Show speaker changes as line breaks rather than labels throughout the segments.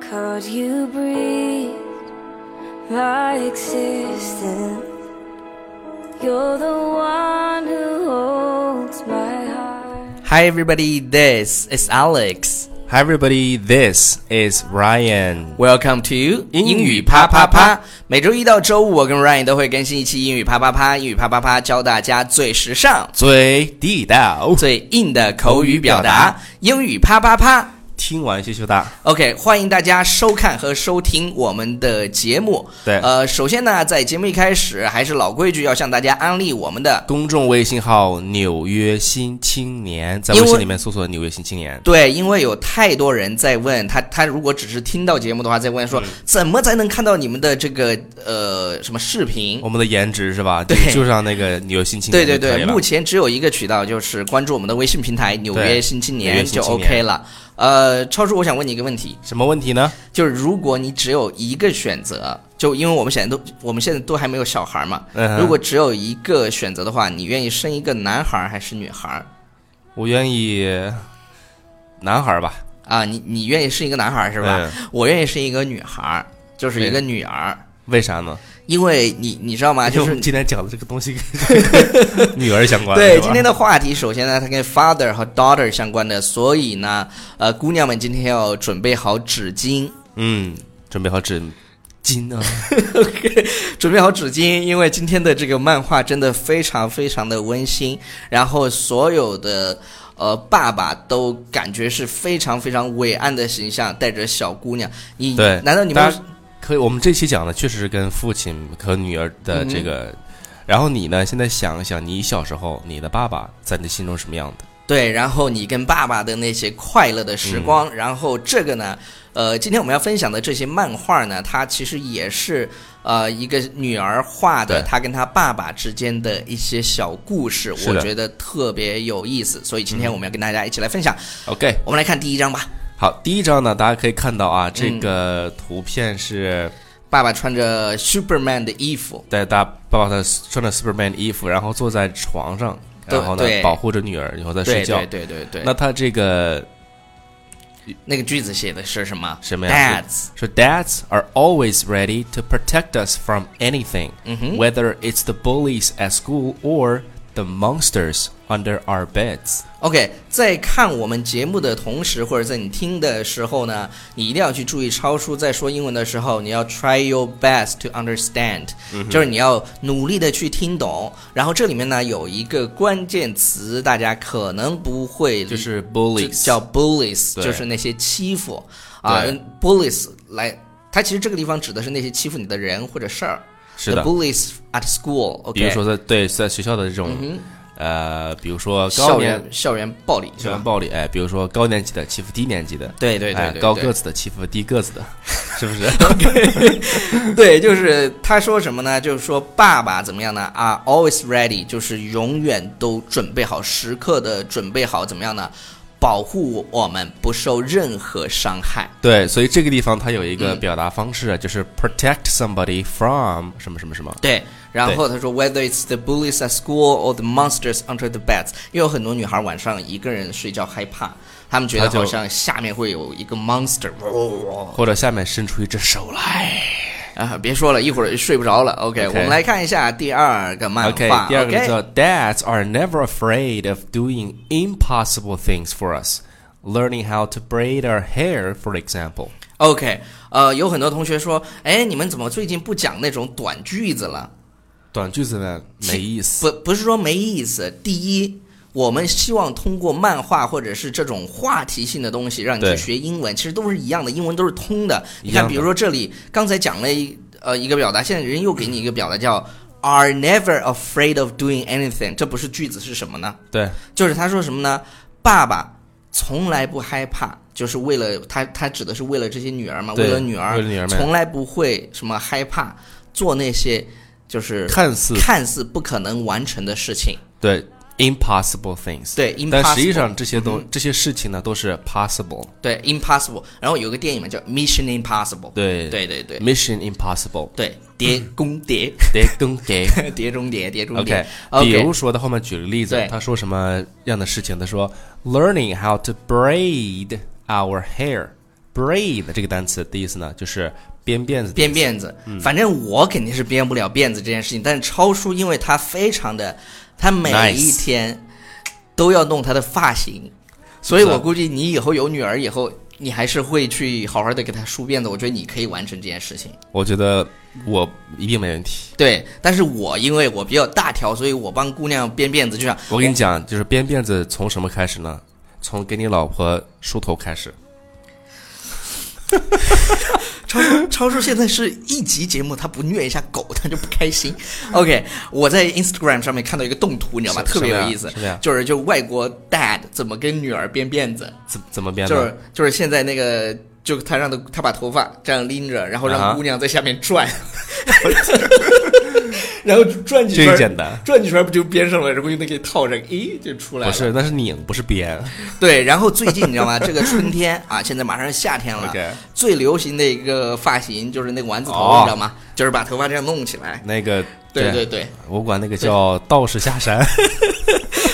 could you breathe my existence? You're the one who holds my heart.
Hi, everybody. This is Alex.
Hi, everybody. This is Ryan.
Welcome to
英
英语
语
啪啪
啪啪
啪
啪。
每周一到周五，我跟 Ryan 都会更新一期英语啪啪啪。英语啪啪啪教大家最时尚、
最地道，
最硬的口语表达。英语啪啪啪。
听完羞羞哒。
OK，欢迎大家收看和收听我们的节目。
对
呃，首先呢，在节目一开始，还是老规矩，要向大家安利我们的
公众微信号“纽约新青年”，在微
因为
信里面搜索“纽约新青年
对，因为有太多人在问他，他如果只是听到节目的话，在问
嗯
说、怎么才能看到你们的这个呃什么视”，频？
我们的颜值是吧？
对
就就上那个“纽约新青
对对
年”就可以
对，
了
目前只有一个渠道，就是关注我们的微信平台《纽约
对
新青
纽
年
约》新
就
青
OK 了。呃，超叔，我想问你一个问题，
什么问题呢？
就是如果你只有一个选择，就因为我们现在都我们现在都还没有小孩嘛，
嗯哼
如果只有一个选择的话，你愿意生一个男孩儿还是女孩儿
我愿意男孩儿吧，
啊？你你愿意生一个男孩儿是吧？
嗯？
我愿意生一个女孩儿，就是一
对
个女儿。
为啥呢？
因为你你知道 啊吗？就
因为我
是
们今天讲的这个东西跟 跟女儿相关。
对
是吧
今天的话题，首先呢，它跟 father 和 daughter 相关的，所以呢，呃，姑娘们今天要准备好纸巾，
嗯，准备好纸巾啊。
准备好纸巾，因为今天的这个漫画真的非常非常的温馨，然后所有的。呃，爸爸都感觉是非常非常伟岸的形象，带着小姑娘。你
对
难道你
当
们
然可以，我们这期讲的确实是跟父亲和女儿的这个。
嗯
然后你呢？现在想一想，你小时候，你的爸爸在你的心中什么样的？
对，然后你跟爸爸的那些快乐的时
嗯
光，然后这个呢，呃，今天我们要分享的这些漫画呢，它其实也是呃一个女儿画的，
对
她跟她爸爸之间的一些小故事，
是的
我觉得特别有意思，所以今天我们要跟大家一起来分享。
OK，
我们来看第一章吧，
好，第一张呢，大家可以看到啊，这个图片是
爸爸穿着 Superman 的衣服，
在大爸爸的穿着 Superman 的衣服，然后坐在床上，
对
然后呢
对
保护着女儿，然后在睡
对
觉
对。对对对，
那他这个
那个句子写的是什么？
什么呀
Dads，
说 Dads are always ready to protect us from anything,
Mm-hmm.
whether it's the bullies at school or the monsters under our beds。
OK，在看我们节目的同时，或者在你听的时候呢，你一定要去注意超叔在说英文的时候，你要 try your best to understand，、就是
嗯
你要努力的去听懂。然后这里面呢有一个关键词，大家可能不会理，
就是
就
bullies，
叫 bullies，
对
就是那些欺负啊
对
，bullies 来，它其实这个地方指的是那些欺负你的人或者事儿。
是的
The bullies at school，OK，、
比如说在对在学校的这种、
Mm-hmm.
呃，比如说高
校
年
园校园暴力是
校
吧
园？暴力，哎，比如说高年级的欺负低年级的，
对对对
哎
对
高
对
个子的欺负低个子的，是不 是？
对，就是他说什么呢？就是说爸爸怎么样呢？啊，always ready，就是永远都准备好，时刻的准备好，怎么样呢？保护我们不受任何伤害。
对，所以这个地方它有一个表达方式，啊，就是 protect somebody from 什么什么什么。
对，然后他说，whether it's the bullies at school or the monsters under the beds，因为有很多女孩晚上一个人睡觉害怕，她们觉得
她就哦
好像下面会有一个 monster，
或者下面伸出一只手来。
啊，别说了，一会儿睡不着了。OK，,
OK
我们来看一下第二个漫画。
OK，第二个
OK
叫 Dads are never afraid of doing impossible things for us. Learning how to braid our hair, for example.
OK，呃，有很多同学说，哎，你们怎么最近不讲那种短句子了？
短句子呢没意思。
不，不是说没意思。第一，我们希望通过漫画或者是这种话题性的东西，让你去
对
学英文，其实都是一样的，英文都是通的。你
一
看，
样的
比如说这里刚才讲了一呃一个表达，现在人又给你一个表达叫 “are never afraid of doing anything”，这不是句子是什么呢？
对，
就是他说什么呢？爸爸从来不害怕，就是为了他，他指的是为了这些女儿嘛，
对
为了女儿，
为了女儿们
从来不会什么害怕做那些就是
看似
看似不可能完成的事情。
对 impossible things。
对 impossible，
但
Mm-hmm.
实际上这些都、这些事情呢都是 possible。
对，impossible。然后有个电影嘛叫《Mission Impossible》，
对嗯
对对对
Mission impossible。
对，谍公 谍，
得更给。
谍中谍，谍中
OK，
谍。
比
OK，
如说他后面举了个例子
对，
他说什么样的事情？他说 learning how to braid our hair。 braid 这个单词的意思呢，就是编辫子的意思。
编辫子，反正我肯定是编不了辫子这件事情。但是超叔，因为他非常的，他每
Nice
一天都要弄他的发型，所以
是
我估计你以后有女儿以后，你还是会去好好的给她梳辫子。我觉得你可以完成这件事情。
我觉得我一定没问题。
对，但是我因为我比较大条，所以我帮姑娘编辫子，就像
我跟你讲，就是编辫子从什么开始呢？从给你老婆梳头开始。
超叔， 超叔现在是一集节目，他不虐一下狗，他就不开心。OK，我在 Instagram 上面看到一个动图，你知道吗？
什
特别
什么
有
呀
意思
什么呀，
就是就外国 dad 怎么跟女儿编辫子，
怎怎么编
就
的
是？就是现在那个，就他让他他把头发这样拎着，然后
啊
让
哈
姑娘在下面 转，然后转几
这
圈
个
儿，
简单。
转几圈儿不就编上了，然后用那个套上，咦就出来
不
了。
是，那是拧，不是编。
对，然后最近你知 道吗？这个春天啊，现在马上夏天了
OK
最流行的一个发型就是那个丸子头
哦
你知道吗？就是把头发这样弄起来。
那个，
对对对
我管那个叫道士下山。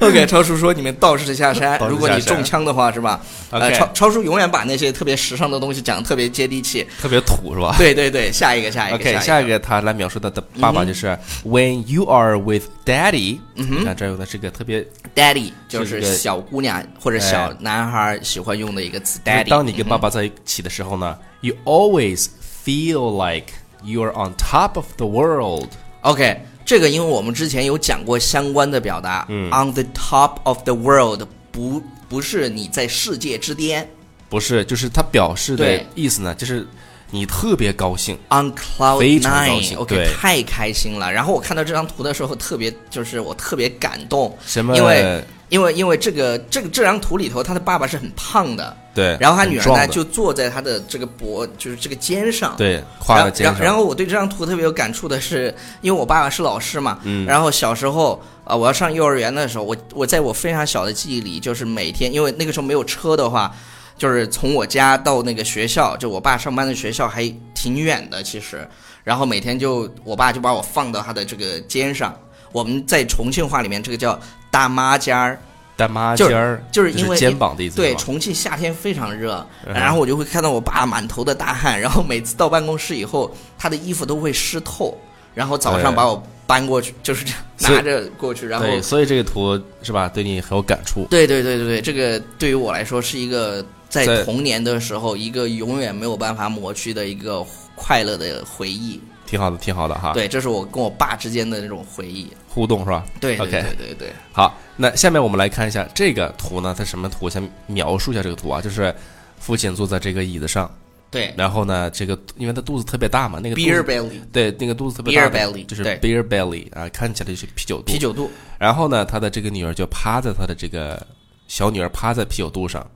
，OK，超叔说你们道士下山，
道士
如果你
下山
中枪的话是吧呃，
OK
超超叔永远把那些特别时尚的东西 讲得特别接地气。
特别土是 吧
对对对，下一个，下一个嗯
？OK，
下
下
一
一
个。
个他来描述他的爸爸就是 When you are with daddy，你
嗯
看这用的是个特别，
Daddy 就是是
这个
小姑娘或者小男孩喜欢用的一个词
就是
，Daddy。
哎当你跟爸爸在一起的时候呢，you always feel like you are on top of the world。
嗯 OK，这个因为我们之前有讲过相关的表达、o
嗯
n the top of the world 不不是你在世界之巅
不是，就是它表示的
对
意思呢，就是你特别高兴。
，on cloud
非常高兴
nine。OK，
对
太开心了。然后我看到这张图的时候，特别就是我特别感动，
什么
因为因为因为这个这个这张图里头，他的爸爸是很胖的，
对
然后他女儿
很壮
呢
的
就坐在他的这个脖就是这个肩上，
对，跨了肩
然
上
后然后我对这张图特别有感触的是，因为我爸爸是老师嘛，
嗯
然后小时候啊、呃我要上幼儿园的时候，我我在我非常小的记忆里，就是每天，因为那个时候没有车的话，就是从我家到那个学校，就我爸上班的学校还挺远的，其实，然后每天就我爸就把我放到他的这个肩上，我们在重庆话里面这个叫大妈尖儿，
大妈
就
尖
是
儿，
就是
是
因为
肩膀的意思，
对，
是吧
重庆夏天非常热，
嗯哼
然后我就会看到我爸满头的大汗，然后每次到办公室以后，他的衣服都会湿透，然后早上
对
把我搬过去，就是这样
哎 所以
拿着过去，然后
对，所以这个图是吧，对你很有感触。
对对对对对，这个对于我来说是一个在
在
童年的时候一个永远没有办法抹去的一个快乐的回忆。
挺好的，挺好的哈。，
对，这是我跟我爸之间的那种回忆。
互动是吧？
对对
OK
对对对，
好，那下面我们来看一下这个图呢，它什么图？先描述一下这个图啊，就是父亲坐在这个椅子上，
对
然后呢，这个因为他肚子特别大嘛，那个肚
b e e r
子
belly
对那个肚子特别大
Beer belly，
就是
对
beer belly 啊，看起来就是啤酒肚
啤。酒肚，
然后呢，他的这个女儿就趴在他的这个小女儿趴在啤酒肚上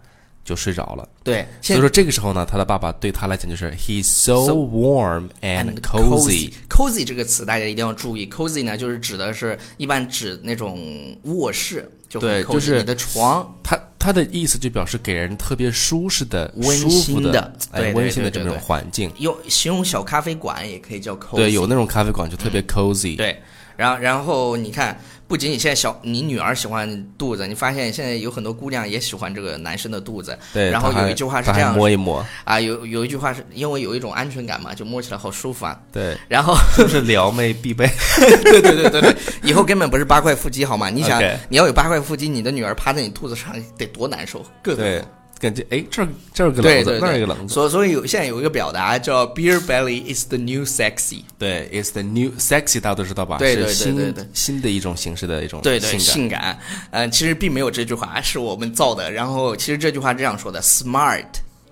就睡着了。
对，
所
现
以说这个时候呢，他的爸爸对他来讲就是 he's so
So-
warm and cozy。
cozy 这个词大家一定要注意，cozy 呢就是指的是一般指那种卧室，就很
对
cozy，
就是
你的床，
他他的意思就表示给人特别舒适的、
温
舒服
馨的对
哎，
对
温馨的
对
这
对
种
对
环境。
用形容小咖啡馆也可以叫 cozy。嗯
对，有那种咖啡馆就特别 cozy。
对，然后然后你看，不仅仅现在小你女儿喜欢肚子，你发现现在有很多姑娘也喜欢这个男生的肚子。
对，
然后
他还
有一句话是
他
这
还
样
摸一摸，
啊，有有一句话是因为有一种安全感嘛，就摸起来好舒服啊。
对，
然后
是不是撩妹必备？
对对对对对，以后根本不是八块腹肌好吗？你想
OK
你要有八块腹肌，你的女儿趴在你肚子上得多难受，各种
对，感觉哎，这儿这儿有个
对
冷子
对，
那儿
对，
有个冷子。
所所以有现在有一个表达叫 “beer belly is the new sexy”，
对，it's the new sexy，大家都知道吧？
对对
是
对
新
对对
新的一种形式的一种
对对，
性感。
性感。嗯、其实并没有这句话是我们造的。然后其实这句话这样说的：“Smart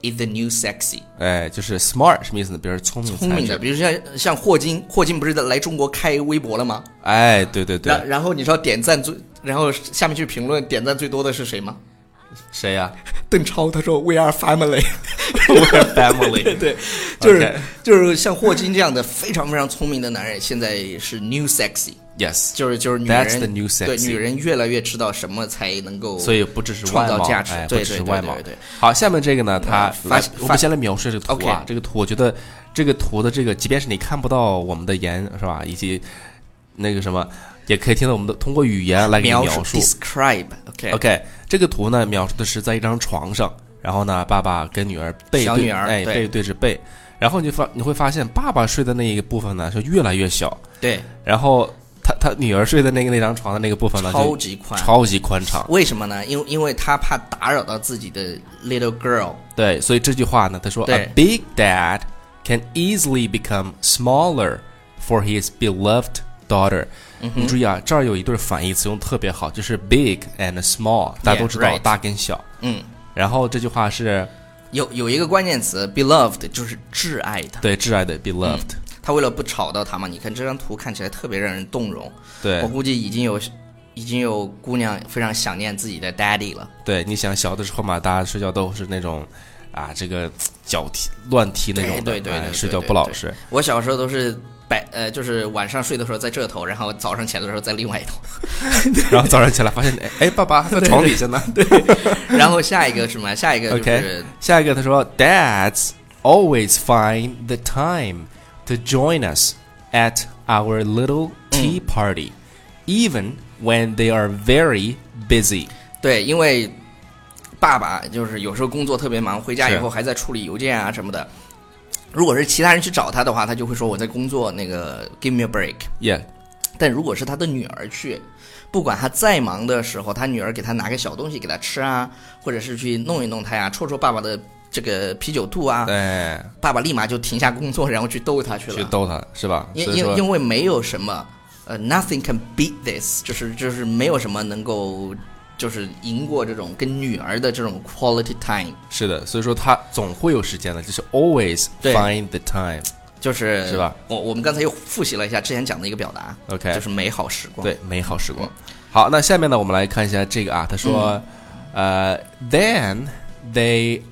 is the new sexy”，
哎，就是 smart 什么意思呢？比如说聪明
聪
才
明
智
的。比如像像霍金，霍金不是在来中国开微博了吗？
哎，对对对，
然然后你知道点赞最，然后下面去评论点赞最多的是谁吗？
谁呀、
邓超，他说 “We are family”。
We're
对
family。
对，就是、
OK
就是像霍金这样的非常非常聪明的男人，现在是 new sexy。
Yes，
就是就是女人
That's the new
对
sexy
女人越来越知道什么才能够，
所以不只是
创
外
造
貌
价值
哎
对
不只
对
是
对
外
对
貌
对对。
好，下面这个呢，它
发
来
发
我们先来描述这个图啊
OK，
这个图我觉得这个图的这个，即便是你看不到我们的言是吧，以及那个什么，也可以听到我们的通过语言来给你
描
描述。
describe OK
OK，这个图呢描述的是在一张床上，然后呢，爸爸跟女儿背
小
对
女儿
哎
对
背对着背，然后你发你会发现爸爸睡的那一部分呢是越来越小，
对，
然后他他女儿睡的那个那张床的那个部分呢
超
就
级宽。
超级宽敞，
为什么呢？因为因为他怕打扰到自己的 little girl。
对，所以这句话呢，他说
对
A big dad can easily become smaller for his beloved daughter。你
嗯
注意啊，这儿有一对反义词用得特别好，就是 big and small，大家都知道
right
大跟小。
嗯，
然后这句话是
有有一个关键词 beloved 就是挚爱的。
对挚爱的 beloved，、
他为了不吵到他嘛，你看这张图看起来特别让人动容。我
对
估计已经有已经有姑娘非常想念自己的 daddy 了。
对，你想小的时候嘛，大家睡觉都是那种啊，这个脚踢乱踢那种的，
对对对
哎
对对
睡觉不
对
老
对
实。
我小时候都是白呃，就是晚上睡的时候在这头，然后早上起来的时候在另外一头。
然后早上起来发现，哎哎，爸爸还在床底下呢。
然后下一个是什么？下一个就是
OK，下一个他说，Dads always find the time to join us at our little
Mm.
tea party, even when they are very busy。
对，因为爸爸就是有时候工作特别忙，回家以
是
后还在处理邮件啊什么的。如果是其他人去找他的话，他就会说我在工作，那个 give me a break。
Yeah，
但如果是他的女儿去，不管他再忙的时候，他女儿给他拿个小东西给他吃啊，或者是去弄一弄他呀，戳戳爸爸的这个啤酒肚啊，
哎，
爸爸立马就停下工作，然后去逗他去了。
去逗他是吧？
因
所以
因
说
因为没有什么，呃，nothing can beat this，就是就是没有什么能够就是赢过这种跟女儿的这种 quality time，
是的，所以说他总会有时间的，就是 always
对
find the time。
就是
是吧？
我我们刚才又复习了一下之前讲的一个表达
OK
就是美好时光。
对，美好时光。
嗯
好，那下面呢，我们来看一下这个啊，他说，呃，Then they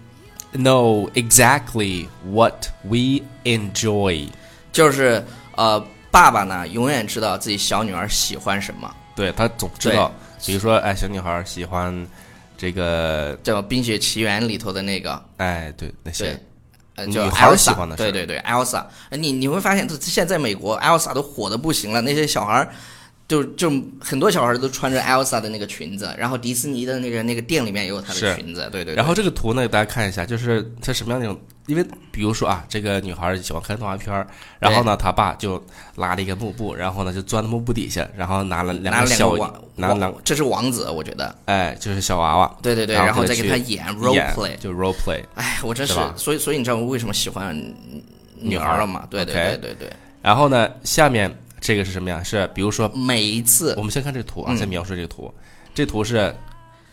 know exactly what we enjoy。
就是呃，爸爸呢永远知道自己小女儿喜欢什么，
对他总知道，比如说，哎，小女孩喜欢这个，
叫《冰雪奇缘》里头的那个
哎，对那些
对，呃，
女
叫
孩儿喜
Elsa，
欢的
对
是
对对，Elsa，呃你你会发现，现在在美国，Elsa 都火的不行了，那些小孩儿。就就很多小孩儿都穿着 Elsa 的那个裙子，然后迪士尼的那个那个店里面也有她的
是
裙子，对对。对
然后这个图呢，大家看一下，就是它什么样那种，因为比如说啊，这个女孩喜欢看动画片儿，然后呢，她爸就拉了一个幕布，然后呢就钻到幕布底下，然后拿了
拿
两
了两
个
个
小，
王，
拿了
王
两个，
这是王子，我觉得，
哎，就是小娃娃，
对对对，
然
然后
后
再给他
去
演 role
演
play，
就 role play。
哎，我真是
是吧，
所以所以你知道我为什么喜欢女
女
孩
孩
儿
儿
了吗？对对
OK
对对对，
然后呢，下面这个是什么呀？是比如说，
每一次
我们先看这个图
嗯
啊，先描述这个图。这图是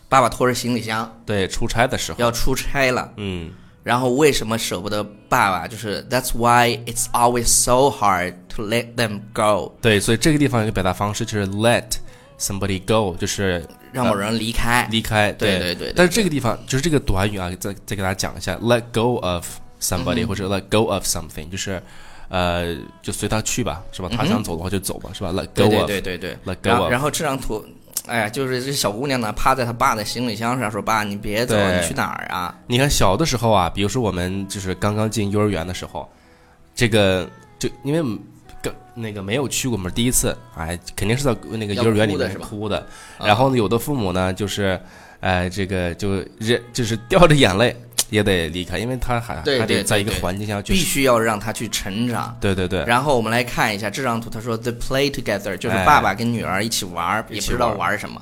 爸爸拖着行李箱
对出差的时候，
要出差了，
嗯，
然后为什么舍不得爸爸？就是 That's why it's always so hard to let them go，
对，所以这个地方有一个表达方式就是 let somebody go，就是
让某人离开。
Uh，离开。
对对对对
但是这个地方就是这个短语啊，再再给大家讲一下，let go of
嗯
somebody、或者 let go of something，就是呃，就随他去吧，是吧？他想走的话就走吧，是吧？let go
嗯对
of，
对对对对。
let go
然后
of
然后这张图，哎呀，就是这小姑娘呢趴在她爸的行李箱上说：“爸，你别走，
对
你去哪儿啊
你看小的时候啊，比如说我们就是刚刚进幼儿园的时候，这个就因为刚那个没有去过嘛，第一次，哎，肯定是在那个幼儿园里
要哭的
面
是吧
哭的。
嗯
然后呢，有的父母呢，就是哎，这个就忍，就是掉着眼泪也得离开，因为他还
对
还
对
得在一个
对对
环境下？”去
必。须要让她去成长。
对对对，
然后我们来看一下这张图，他说 “They play together”，就是
哎
爸爸跟女儿一起玩儿，也
一
不
起
知道
玩儿
玩儿什么。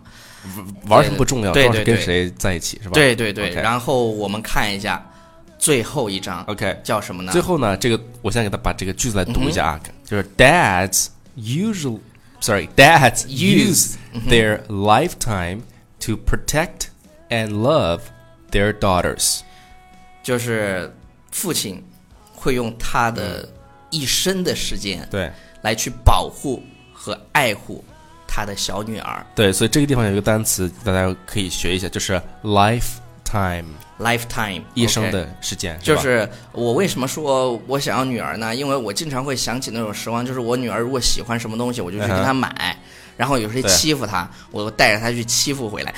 玩什么不重要，
对
重
对
要是跟
对
谁在一起是吧？
对对对。
OK
然后我们看一下最后一张
OK，
叫什么呢？嗯
最后呢，这个我现在给他把这个句子来读一下啊，就是 Dads usually, sorry, dads use
Mm-hmm.
their lifetime to protect and love their daughters。
就是父亲会用他的一生的时间
对
来去保护和爱护他的小女儿
对，所以这个地方有一个单词，大家可以学一下，就是 lifetime，
，lifetime
一生
OK
的时间
就
吧
是我为什么说我想要女儿呢？因为我经常会想起那种时光，就是我女儿如果喜欢什么东西，我就去给
嗯
她
哼
买。然后有时候
对
欺负她，我带着她去欺负回来。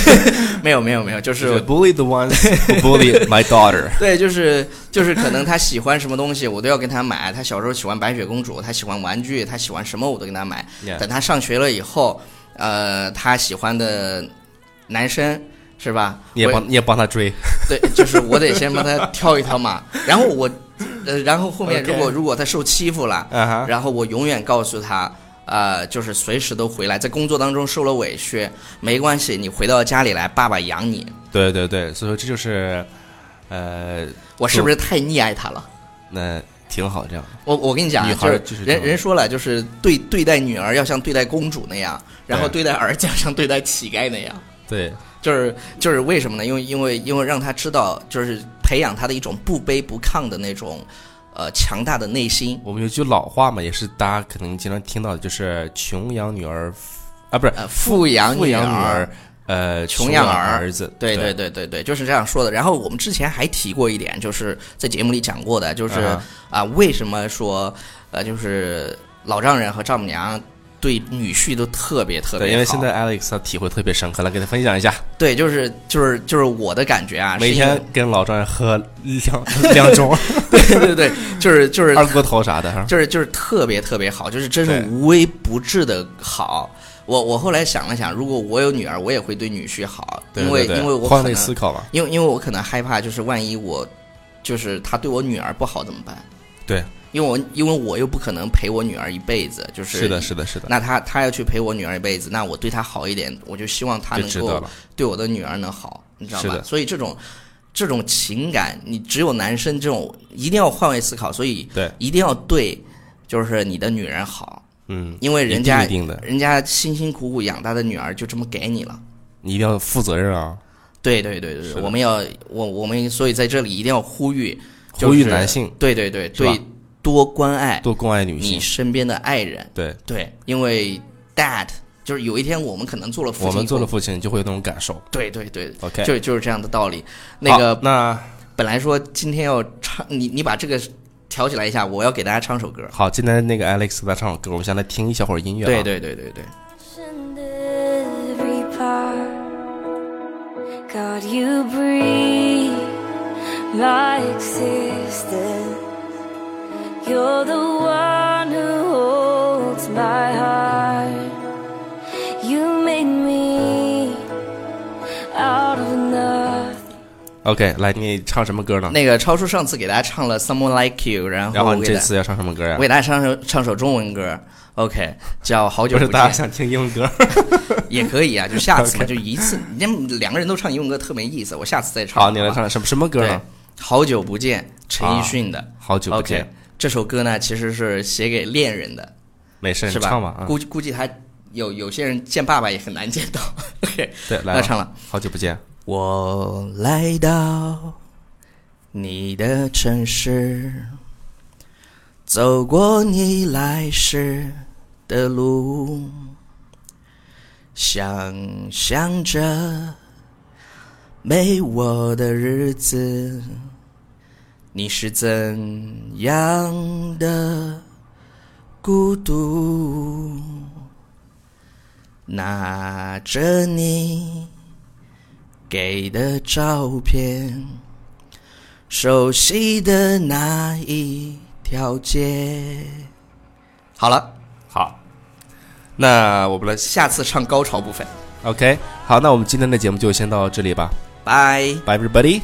没有没有没有，就
就是是 bully the ones who bully my daughter。
对，就是就是，可能他喜欢什么东西，我都要给他买。他小时候喜欢白雪公主，他喜欢玩具，他喜欢什么我都给他
嗯
买。
Yeah.
等他上学了以后，呃，他喜欢的男生是吧？
你也
我
帮你也帮他 追，
对，就是我得先帮他挑一挑马，然后我，呃，然后后面
OK
如果如果他受欺负了，
啊哈
然后我永远告诉他，呃，就是随时都回来，在工作当中受了委屈没关系，你回到家里来，爸爸养你。
对对对，所以说这就是，呃，
我是不是太溺爱他了？
那挺好这样。
我我跟你讲啊，
女孩儿
就
就是这
人
样
人说了，就是对对待女儿要像对待公主那样，然后
对
对待儿子要像对待乞丐那样。
对，
就是就是为什么呢？因为因为因为让他知道，就是培养他的一种不卑不亢的那种，呃，强大的内心。
我们有句老话嘛，也是大家可能经常听到的，就是“穷养女儿”，啊，不是
呃，富养
富养
女
女
儿，
儿，呃，
穷
穷
养
养
儿
儿子。
对对，对对对，就是这样说的。然后我们之前还提过一点，就是在节目里讲过的，就是
啊
啊、为什么说呃，就是老丈人和丈母娘对女婿都特别特别
对，
好，
因为现在 Alex 他体会特别深刻，来给他分享一下。
对，就是就是就是我的感觉啊，
每
是因
天
为
跟老丈人喝两两盅
对对对，就是就是
二锅头啥的， 哈
就是就是特别特别好，就是真是
对
无微不至的好。我我后来想了想，如果我有女儿，我也会对女婿好，
对
因为
对对
因为我可
换位
能
思考嘛。
因为因为我可能害怕，就是万一我就是他对我女儿不好怎么办？
对，
因为我因为我又不可能陪我女儿一辈子，就是
是的，是的，是的，
那他他要去陪我女儿一辈子，那我对他好一点，我就希望他
就
能
知道
够
了。
对我的女儿能好，你知道
是
吧
的？
所以这种这种情感，你只有男生这种一定要换位思考，所以
对，
一定要对就是你的女人好，
嗯，
因为人家
一定一定的
人家辛辛苦苦养大的女儿就这么给你了。
你一定要负责任啊！
对对对对
是
对，
的
我们要我我们所以在这里一定要呼吁，就是
呼吁男性
对对对
是吧
对，多关爱
多关爱女
你
性。
身边的爱人，
对，
对，因为 dad 就是有一天我们可能做了父亲，
我们做了，父亲就会有那种感受。
对对对
OK，
就就是这样的道理。那个
好那
本来说今天要唱，你你把这个挑起来一下，我要给大家唱首歌。
好，今天那个 Alex 在唱首歌，我们先来听一小会儿音乐、啊。
对对对对对，
And every part. God, you breathe my existence. You're the one who holds my heart. You made me out of nothing.
OK，来，你唱什么歌呢？
那个超叔上次给大家唱了《Someone Like You》，然
然
后
后
我
你
给
这
大
次要唱什么歌呀、
我给大家唱首唱首中文歌，OK，叫《好久
不是大家
见》，
想听英文歌，
也可以啊，就下次嘛，就一次，你们两个人都唱英文歌特没意思，我下次再唱。
好，你来
好吧
唱什么什么歌
对
呢？，
好久不见，陈奕迅的。
好久不
OK，
见，
这首歌呢其实是写给恋人的，
没事，你
是吧？
唱吧啊。
估计估计他有有些人见爸爸也很难见到。OK，
对，来
那
吧
唱了。
好久不见，
我来到你的城市，走过你来时的路，想象着没我的日子，你是怎样的孤独？拿着你。给的照片，熟悉的那一条街。好了，
好。那我们来
下次唱高潮部分，
，OK，好，那我们今天的节目就先到这里吧。
拜。
Bye, everybody.